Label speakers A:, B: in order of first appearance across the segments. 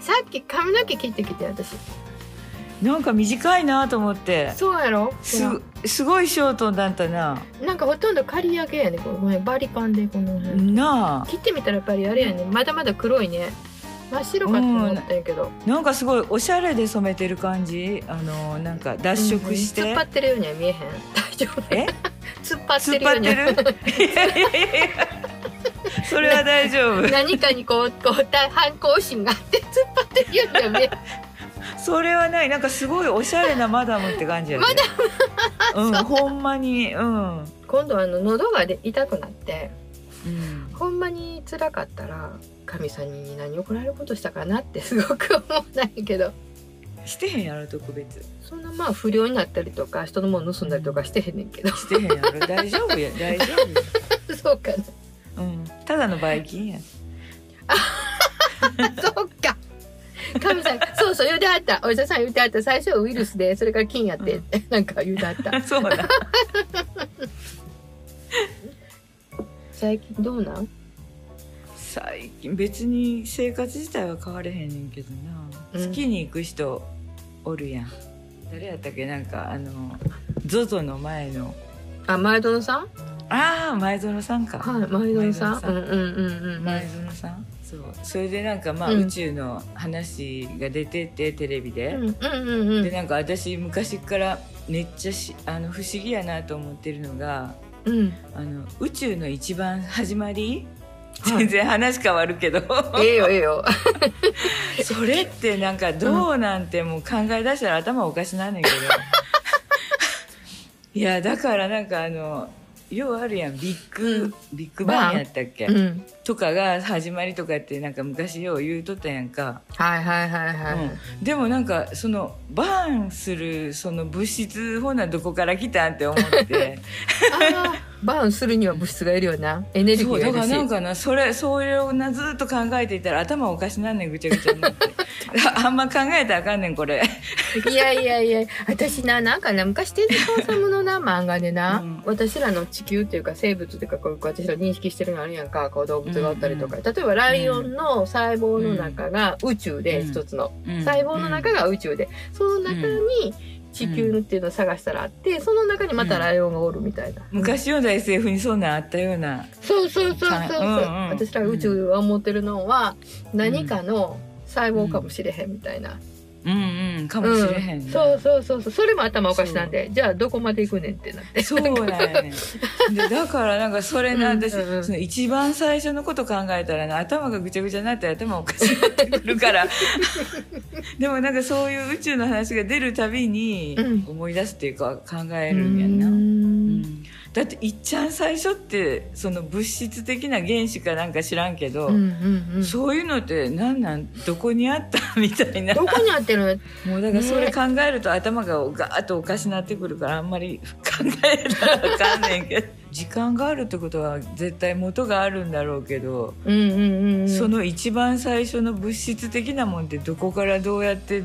A: さっき髪の毛切ってきて私
B: なんか短いなと思って
A: そうやろ
B: すすごいショートだったな
A: なんかほとんど刈り上げやねこれバリカンでこの辺
B: なあ
A: 切ってみたらやっぱりあれやねまだまだ黒いね真っ白かと思ったんやけど、
B: なんかすごいおしゃれで染めてる感じあのなんか脱色し
A: うん
B: て、
A: 突っ張ってるようには見えへん 大丈夫
B: え
A: 突っ張って
B: 突っ
A: るよ
B: 張
A: う
B: っ
A: には
B: てる いやいやいやいやそれは大丈夫
A: 何かにこうこう対反抗心があって突っ 張ってるようには 見えへん
B: それはないなんかすごいおしゃれなマダムって感じやねうんほんまにうん、
A: 今度あの喉がで痛くなって
B: うん、
A: ほんまに辛かったら神さんに何怒られることしたかなってすごく思うんだけど
B: してへんやろ特別
A: そんなまあ不良になったりとか人のもの盗んだりとかしてへんねん けど
B: してへんやろ大丈夫や大丈
A: そうか
B: 夫、うん、ただのばい菌や
A: なそうか神さんそうそう言うてはったお医者さん言うてはった最初はウイルスでそれから菌やって、
B: う
A: なんか言うてはった
B: そうだ
A: 最近どうなん
B: 最近別に生活自体は変われへんねんけど
A: う
B: な、
A: ん
B: 好きに行く人おるやん誰やったっけなんかあの ZOZO の前の
A: あ前園さん
B: ああ前園さんか、
A: はい前園さん
B: 前園さ
A: う
B: ん
A: んうんうんうん
B: 前園さんそうそれでなんかまあ、
A: うん
B: 宇宙の話が出ててテレビで、
A: うんうんうん
B: でなんか私昔からめっちゃしあの不思議やなと思ってるのが
A: うんうん
B: あの宇宙の一番始まり、
A: はい
B: 全然話変わるけど
A: ええよええ よ
B: それってなんかどうなんてもう考え出したら頭おかしなんねんけどいやだからなんかあのようあるやんビッグ、
A: うん
B: ビッグバンやったっけ、
A: うん
B: とかが始まりとかってなんか昔よう言うとったやんか、
A: はいはいはいはい、
B: うん、でもなんかそのバーンするその物質ほなどこから来たんって思って
A: あーバーンするには物質がいるよなエネルギ
B: そ
A: ー
B: う
A: が
B: だ
A: いる
B: からなん
A: し
B: かなそれそういうなずっと考えていたら頭おかしなんねんぐちゃぐちゃになって ああんま考えたらあかんねんこれ。
A: いやいやいや私ななんかね昔手塚治虫のな漫画でな、
B: うん
A: 私らの地球っていうか生物っていうかこう私ら認識してるのあるやんかこう動物がおったりとか、例えばライオンの細胞の中が宇宙で
B: うん
A: 一つの、
B: うん
A: 細胞の中が宇宙でその中に地球っていうのを探したらあってその中にまたライオンがおるみたいな。
B: 昔読んだ SF にそんなんあったような
A: そうそうそうそうそう、
B: うんうん
A: 私ら宇宙が思ってるのは何かの細胞かもしれへんみたいな、
B: うんうんか
A: う
B: も
A: ん
B: しれへんね、
A: そうそうそうそうそれも頭おかしなんでじゃあどこまで行くねんってなって
B: そうなん やねんでだからなんかそれな
A: うん
B: 私、
A: うんうん
B: その一番最初のこと考えたらね頭がぐちゃぐちゃになって頭おかしくなってくるから でもなんかそういう宇宙の話が出るたびに
A: うん
B: 思い出すっていうか考え
A: う
B: るんやんな、
A: ん
B: うんだっていっちゃん最初ってその物質的な原子かなんか知らんけど、
A: うんうんうん
B: そういうのってなんなんどこにあったみたいな
A: どこにあってるの
B: もうだからそれ考えると頭がガーッとおかしなってくるからあんまり考えたらあかんねんけど 時間があるってことは絶対元があるんだろうけど、
A: うんうんうんうん
B: その一番最初の物質的なもんってどこからどうやって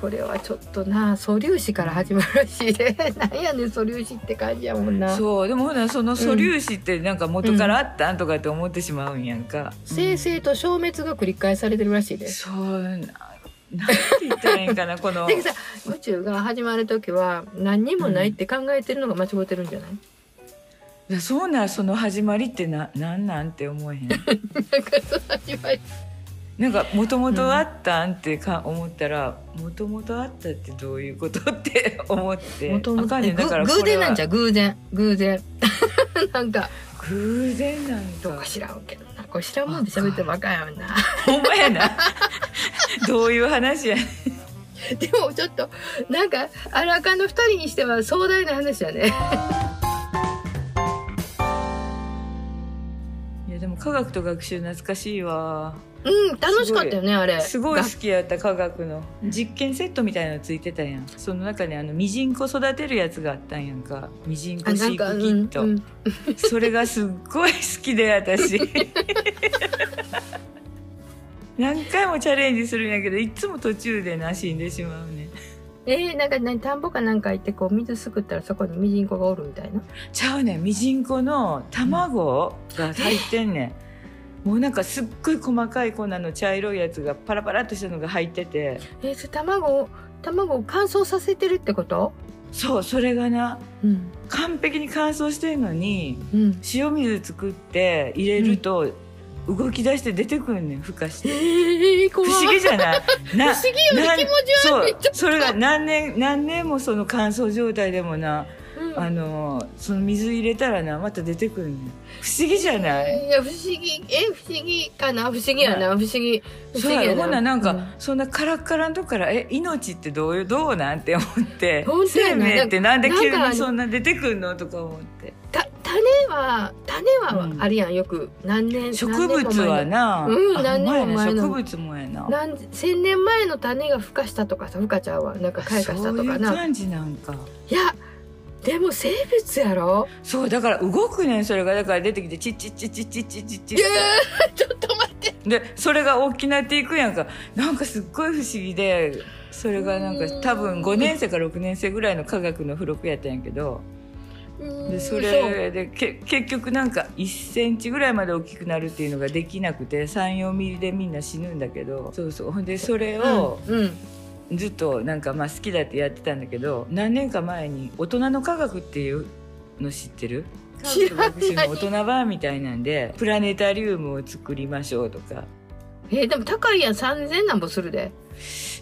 A: これはちょっとな素粒子から始まるらしいで なんやねん素粒子って感じやもんな
B: そうでもほなその素粒子ってなんか元からあったんとかって思ってしまうんやんか。
A: 生成と消滅が繰り返されてるらしいで
B: そうななんて言ったらいいん かなこの
A: だけどさ宇宙が始まる時は何にもないって考えてるのが間違ってるん じゃない、
B: いやそうなんその始まりってななんなんって思えへん。
A: なんかその始まり
B: なんかもともとあったんってか思ったらもともとあったってどういうことって 思って
A: 元々
B: あかんねんだから
A: ぐ偶然なんじ
B: ゃ
A: ゃう偶然偶然 なんか
B: 偶然なん
A: どう
B: か
A: か知らんけどなこれ知らんもんで喋ってもあかんよな
B: ほんまやなどういう話やねん
A: でもちょっとなんかアラカンの2人にしては壮大な話やね
B: いやでも科学と学習懐かしいわ
A: うん楽しかったよねあれ
B: すごい
A: が
B: 好きやった科学の実験セットみたいなのついてたやんその中にあのミジンコ育てるやつがあったんやんかミジンコ
A: あ
B: 飼
A: なん
B: 育キ
A: か
B: ット、
A: うんうん
B: それがすっごい好きで私 何回もチャレンジするんやけどいつも途中でな死んでしまうね
A: えー、なんか何田んぼかなんか行ってこう水すくったらそこにミジンコがおるみたいな
B: ちゃうねんミジンコの卵が入ってんねんもうなんかすっごい細かい粉の茶色いやつがパラパラっとしたのが入ってて
A: えそれ卵を卵を乾燥させてるってこと
B: そうそれがな
A: うん
B: 完璧に乾燥してるのに
A: うん
B: 塩水作って入れると動き出して出てくるねん孵化して
A: ええー、
B: 不
A: 怖い
B: 思議じゃないな
A: 不思議よ
B: な
A: ね
B: ん
A: 気持ち
B: そ
A: 悪いう
B: それが何年何年もその乾燥状態でも
A: う
B: な、
A: ん
B: あのその水入れたらなまた出てくるねん不思議じゃない
A: いや不思議え不思議かな不思議やな不思議不
B: そ
A: 思
B: う
A: 議
B: や
A: や
B: ろ
A: な
B: ほんならなんか、
A: う
B: そんなカラッカラのとこから「え命ってどういうどうなん?」て思って
A: 本当
B: 生
A: やな
B: 命ってなんで
A: なんか
B: 急にそんな出てくるの?」とか思って
A: た種は種は
B: うん
A: あるやんよく何年
B: 植
A: 何年も前
B: 物
A: の
B: はな、
A: うん
B: あ
A: 何年も前の
B: ほんまやな植物もやな
A: なん千年前の種が孵化したとかさ孵化ちゃうわなんか開花したとか
B: そういう
A: な
B: 感じなんか
A: いやでも生物やろ
B: そうだから動くねんそれがだから出てきてチッチッチッチッチッチッチッチッ
A: いやーちょっと待って
B: でそれが大きなっていくやんかなんかすっごい不思議でそれがなんか
A: うん
B: 多分5年生か6年生ぐらいの科学の付録やったんやけど
A: うー
B: で
A: ん
B: それでけ結局なんか1センチぐらいまで大きくなるっていうのができなくて34ミリでみんな死ぬんだけどそうそうほんでそれ
A: そう
B: を
A: うん、うん
B: ずっとなんかまあ好きだってやってたんだけど何年か前に「大人の科学」っていうの知ってる
A: 知らない
B: 科学習の大人版みたいなんでプラネタリウムを作りましょうとか
A: えーでも高いやん3000なんぼするで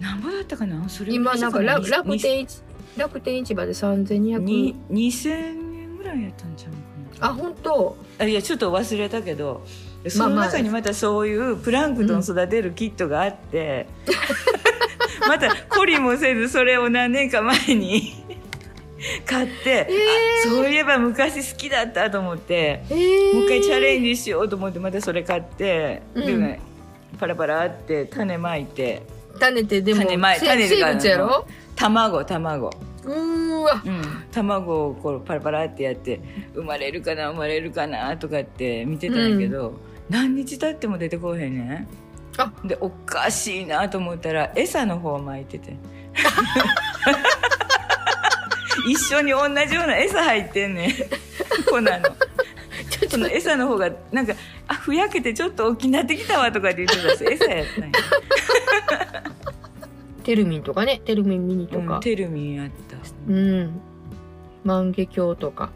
B: なんぼだったかなそれ
A: 今なんかラ
B: に
A: 楽天市楽天市場で3200
B: にに2000円ぐらいやったんちゃうかな
A: あ本当
B: あいやちょっと忘れたけど
A: まあ
B: その中にまたそういうプランクトン育てるキットがあって、 また懲りもせずそれを何年か前に 買って、
A: え
B: あそういえば昔好きだったと思って
A: えー、
B: もう一回チャレ
A: ン
B: ンジしようと思ってまたそれ買って、
A: うん
B: でねパラパラって種まいて
A: 種てでも
B: 種前
A: せ
B: 種で
A: 生物やろ
B: 卵卵。
A: うーわ
B: 卵をこうパラパラってやって生まれるかな生まれるかなとかって見てたんやけど、何日経っても出てこうへんね
A: あ
B: んでおかしいなと思ったら餌の方を巻いて て一緒に同じような餌入ってんねん粉の。
A: ちょっ
B: そ
A: と
B: の餌の方がなんか「あふやけてちょっと大きなってきたわ」とかって言ってたし餌やったんや
A: テルミンとかねテルミンミニと
B: う
A: か
B: ん、テルミンやった、
A: うん、万華鏡とか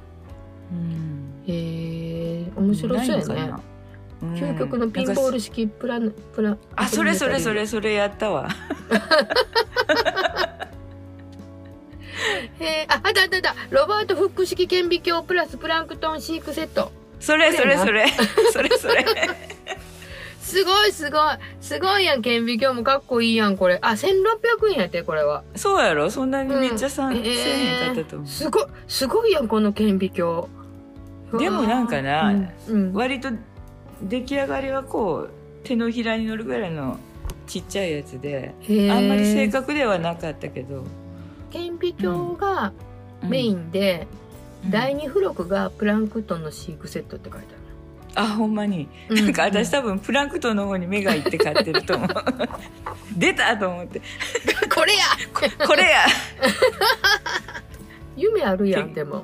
B: うん
A: へえ面白そうやね
B: ないんかなうん
A: 究極のピンボー
B: なんか
A: ル式プランプラン
B: あそれそれそれそれやったわ
A: へえああったあったあったロバートフック式顕微鏡プラスプランクトン飼育セット
B: それそれそれ それそれ
A: すごいすごいすごいやん顕微鏡もかっこいいやんこれあ1600円やってこれは
B: そうやろそんなにめっちゃさ、
A: うんんえー
B: せえへんかったと思
A: すごいすごいやんこの顕微鏡
B: うでもなんかな、
A: うん、うん、
B: 割と出来上がりはこう手のひらに乗るぐらいのちっちゃいやつであんまり正
A: 確
B: 確ではなかったけど、
A: 顕微鏡が
B: うん
A: メインで、
B: うん
A: 第二付録がプランクトンの飼育セットって書いて
B: あほんまに
A: ある。
B: なんか私
A: う
B: 多分プランクトンの方に目がいって買ってると思う 出たと思って
A: ん これや
B: これ や
A: 夢あるやん
B: け
A: でも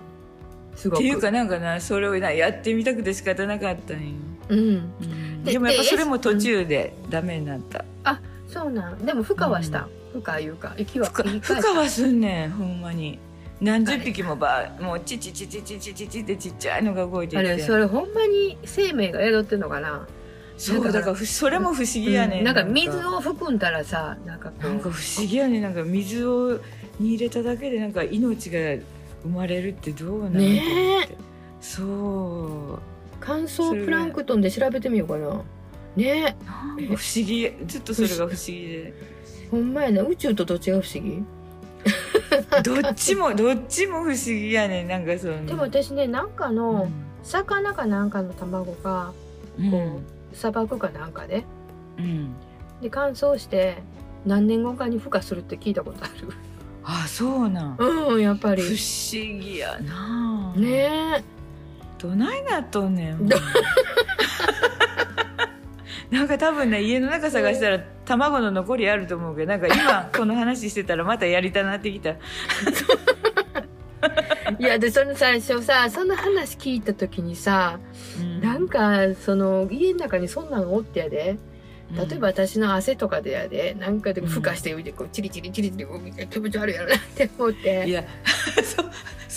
A: すご
B: っ
A: く
B: ていうかなんかなそれをなやってみたくて仕方なかったんよ、
A: うんで
B: でもやっぱ
A: で
B: それも途中でダメになった
A: そうなんでも孵化はした、孵化いうか息は
B: ふか
A: 生き
B: ふ
A: 返っ
B: かはすんねんほんまに何十匹もばもうチチチチチチチチってちっちゃいのが動いて
A: たあ
B: い
A: れ
B: て
A: それほんまに生命が宿ってんのかな
B: そうだからふそれも不思議や
A: う
B: ね
A: んんなんか水を含んだらさなんかこう
B: なんか不思議やねんなんか水をに入れただけでなんか命が生まれるってどうなの
A: ねえ
B: そう
A: 乾燥プランクトンで調べてみようかなね
B: なんか不思議ずっとそれが不思議で
A: えほんまやな宇宙とどっちが不思議
B: どっちもどっちも不思議やねんなんかその
A: でも私ねなんかの魚かなんかの卵が
B: うん
A: こう砂漠かなんかで、
B: うん
A: で乾燥して何年後かに孵化するって聞いたことあ
B: あそうなん
A: るうんやっぱ
B: 不
A: り
B: 思議やなあ
A: ね
B: どないなっとんねんほんま なんか多分ね家の中探したら卵の残りあると思うけどなんか今この話してたらまたやりたなってきた
A: いやでその最初さその話聞いた時にさなんかその家の中にそんなんおってやで例えば私の汗とかでやでなんかで
B: うん
A: ふかして浮いてこうチリチリチリチリこう気持ち悪いやろなって思っ
B: い
A: て
B: や そう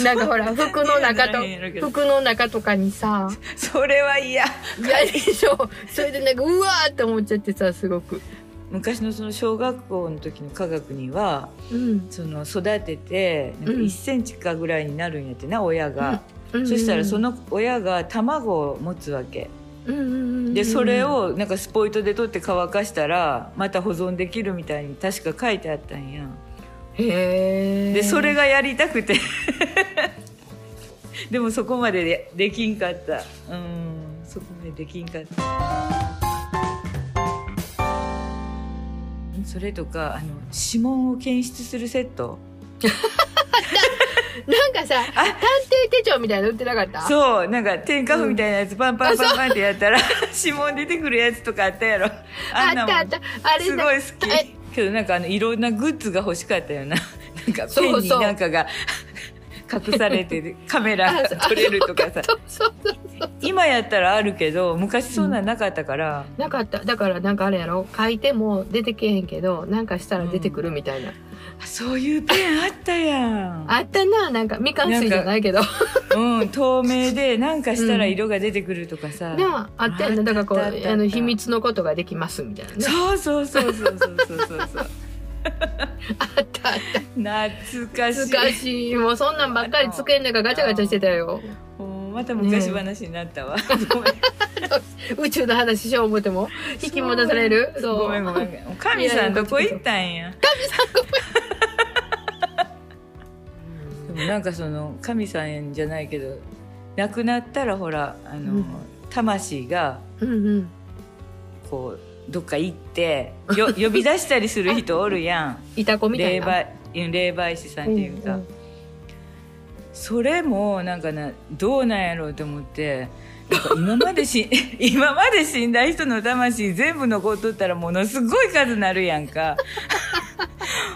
A: なんかほら服の中と
B: いやいやいや
A: 服の中とかにさ
B: それは嫌
A: 嫌でし ょそれでなんかうわーって思っちゃってさすごく。
B: 昔のその小学校の時の科学には
A: うん
B: その育ててなんか
A: うん
B: 1センチかぐらいになるんやってな親が、
A: うん
B: そしたらその親が卵を持つわけ
A: うんうんうんうん
B: でそれをなんかスポイトで取って乾かしたらまた保存できるみたいに確か書いてあったんや
A: へえ
B: でそれがやりたくて でもそこまででできんかったうんそこまでできんかったそれとかあの指紋を検出するセット
A: なんかさ探偵手帳みたいなの売ってなかった
B: そうなんか添加符みたいなやつパンパンパンパンってやったら指紋出てくるやつとかあったやろ
A: あ
B: ん
A: っ
B: なもん
A: たあったあれ
B: すごい好
A: え
B: きけどなんかあのいろんなグッズが欲しかったよな なんかペン
A: そう
B: に
A: そう
B: なんかが 隠されてるカメラが撮れるとかさ
A: そうそうそう
B: 今やったらあるけど昔そんなんなかったから、
A: なかっただからなんかあれやろ書いても出てけへんけどなんかしたら出てくるみたいな、
B: あそういうペンあったやん、
A: あったななんかみかん水じゃないけど
B: うん、透明でなんかしたら色が出てくるとかさ、
A: なああったよ
B: あ
A: ね
B: っ
A: だ
B: た
A: からこ
B: あったあっ
A: う
B: た
A: あの秘密のことができますみたいなね
B: そうそうそうそうそうそうそうそう
A: あったあった
B: 懐かしい
A: 難しいもうそんなんばっかり机の中ガチャガチャしてたよ
B: もうまた昔話になった わ、ごめん
A: 宇宙の話しよう思っても引き戻されるそう
B: ごめんごめん神さんどこ行ったんやでもなんかその神さんじゃないけど亡くなったらほらあ
A: う
B: の、
A: ん
B: 魂が
A: うんうん
B: こうどっか行って よ呼び出したりする人おるや
A: いた子
B: ん
A: みたい
B: 霊
A: な
B: 媒うん霊媒師さんっ
A: う
B: て
A: ん
B: いうか、それもなんかなどうなんやろうと思ってなんか今までし 今まで死んだ人の魂全部残っとったらものすごい数なるやんか。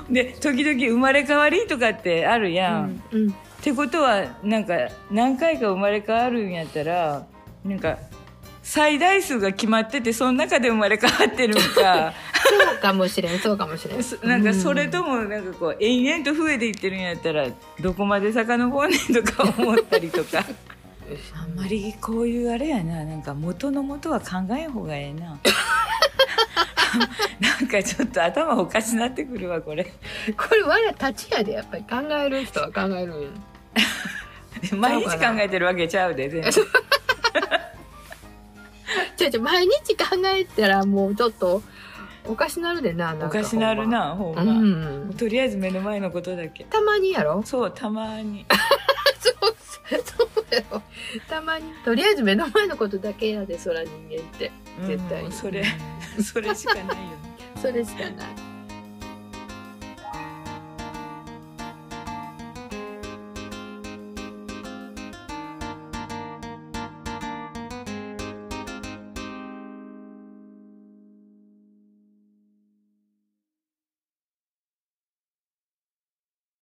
B: で時々生まれ変わりとかってあるやん。
A: うんうん
B: ってことはなんか何回か生まれ変わるんやったらなんか最大数が決まっててその中で生まれ変わってるん か
A: そうかもしれんそうかもしれん
B: そなんかそれともなんかこう延々と増えていってるんやったらどこまで遡んねんとか思ったりとかあんまりこういうあれやななんか元の元は考えん方がええな なんかちょっと頭おかしなってくるわこれ
A: これ我らたちやでやっぱり考える人は考えるんや
B: 毎日考えてるわけちゃうで全然。
A: ちょちょ毎日考えたらもうちょっとおかしなるでななんか
B: おかしなるなほん
A: ほ
B: ま、
A: んまうん
B: とりあえず目の前のことだけ
A: たまにやろ
B: そうたま に
A: そうそうやろたまにとりあえず目の前のことだけやでそら人間って絶対
B: うんそれそれしかないよね
A: それしかない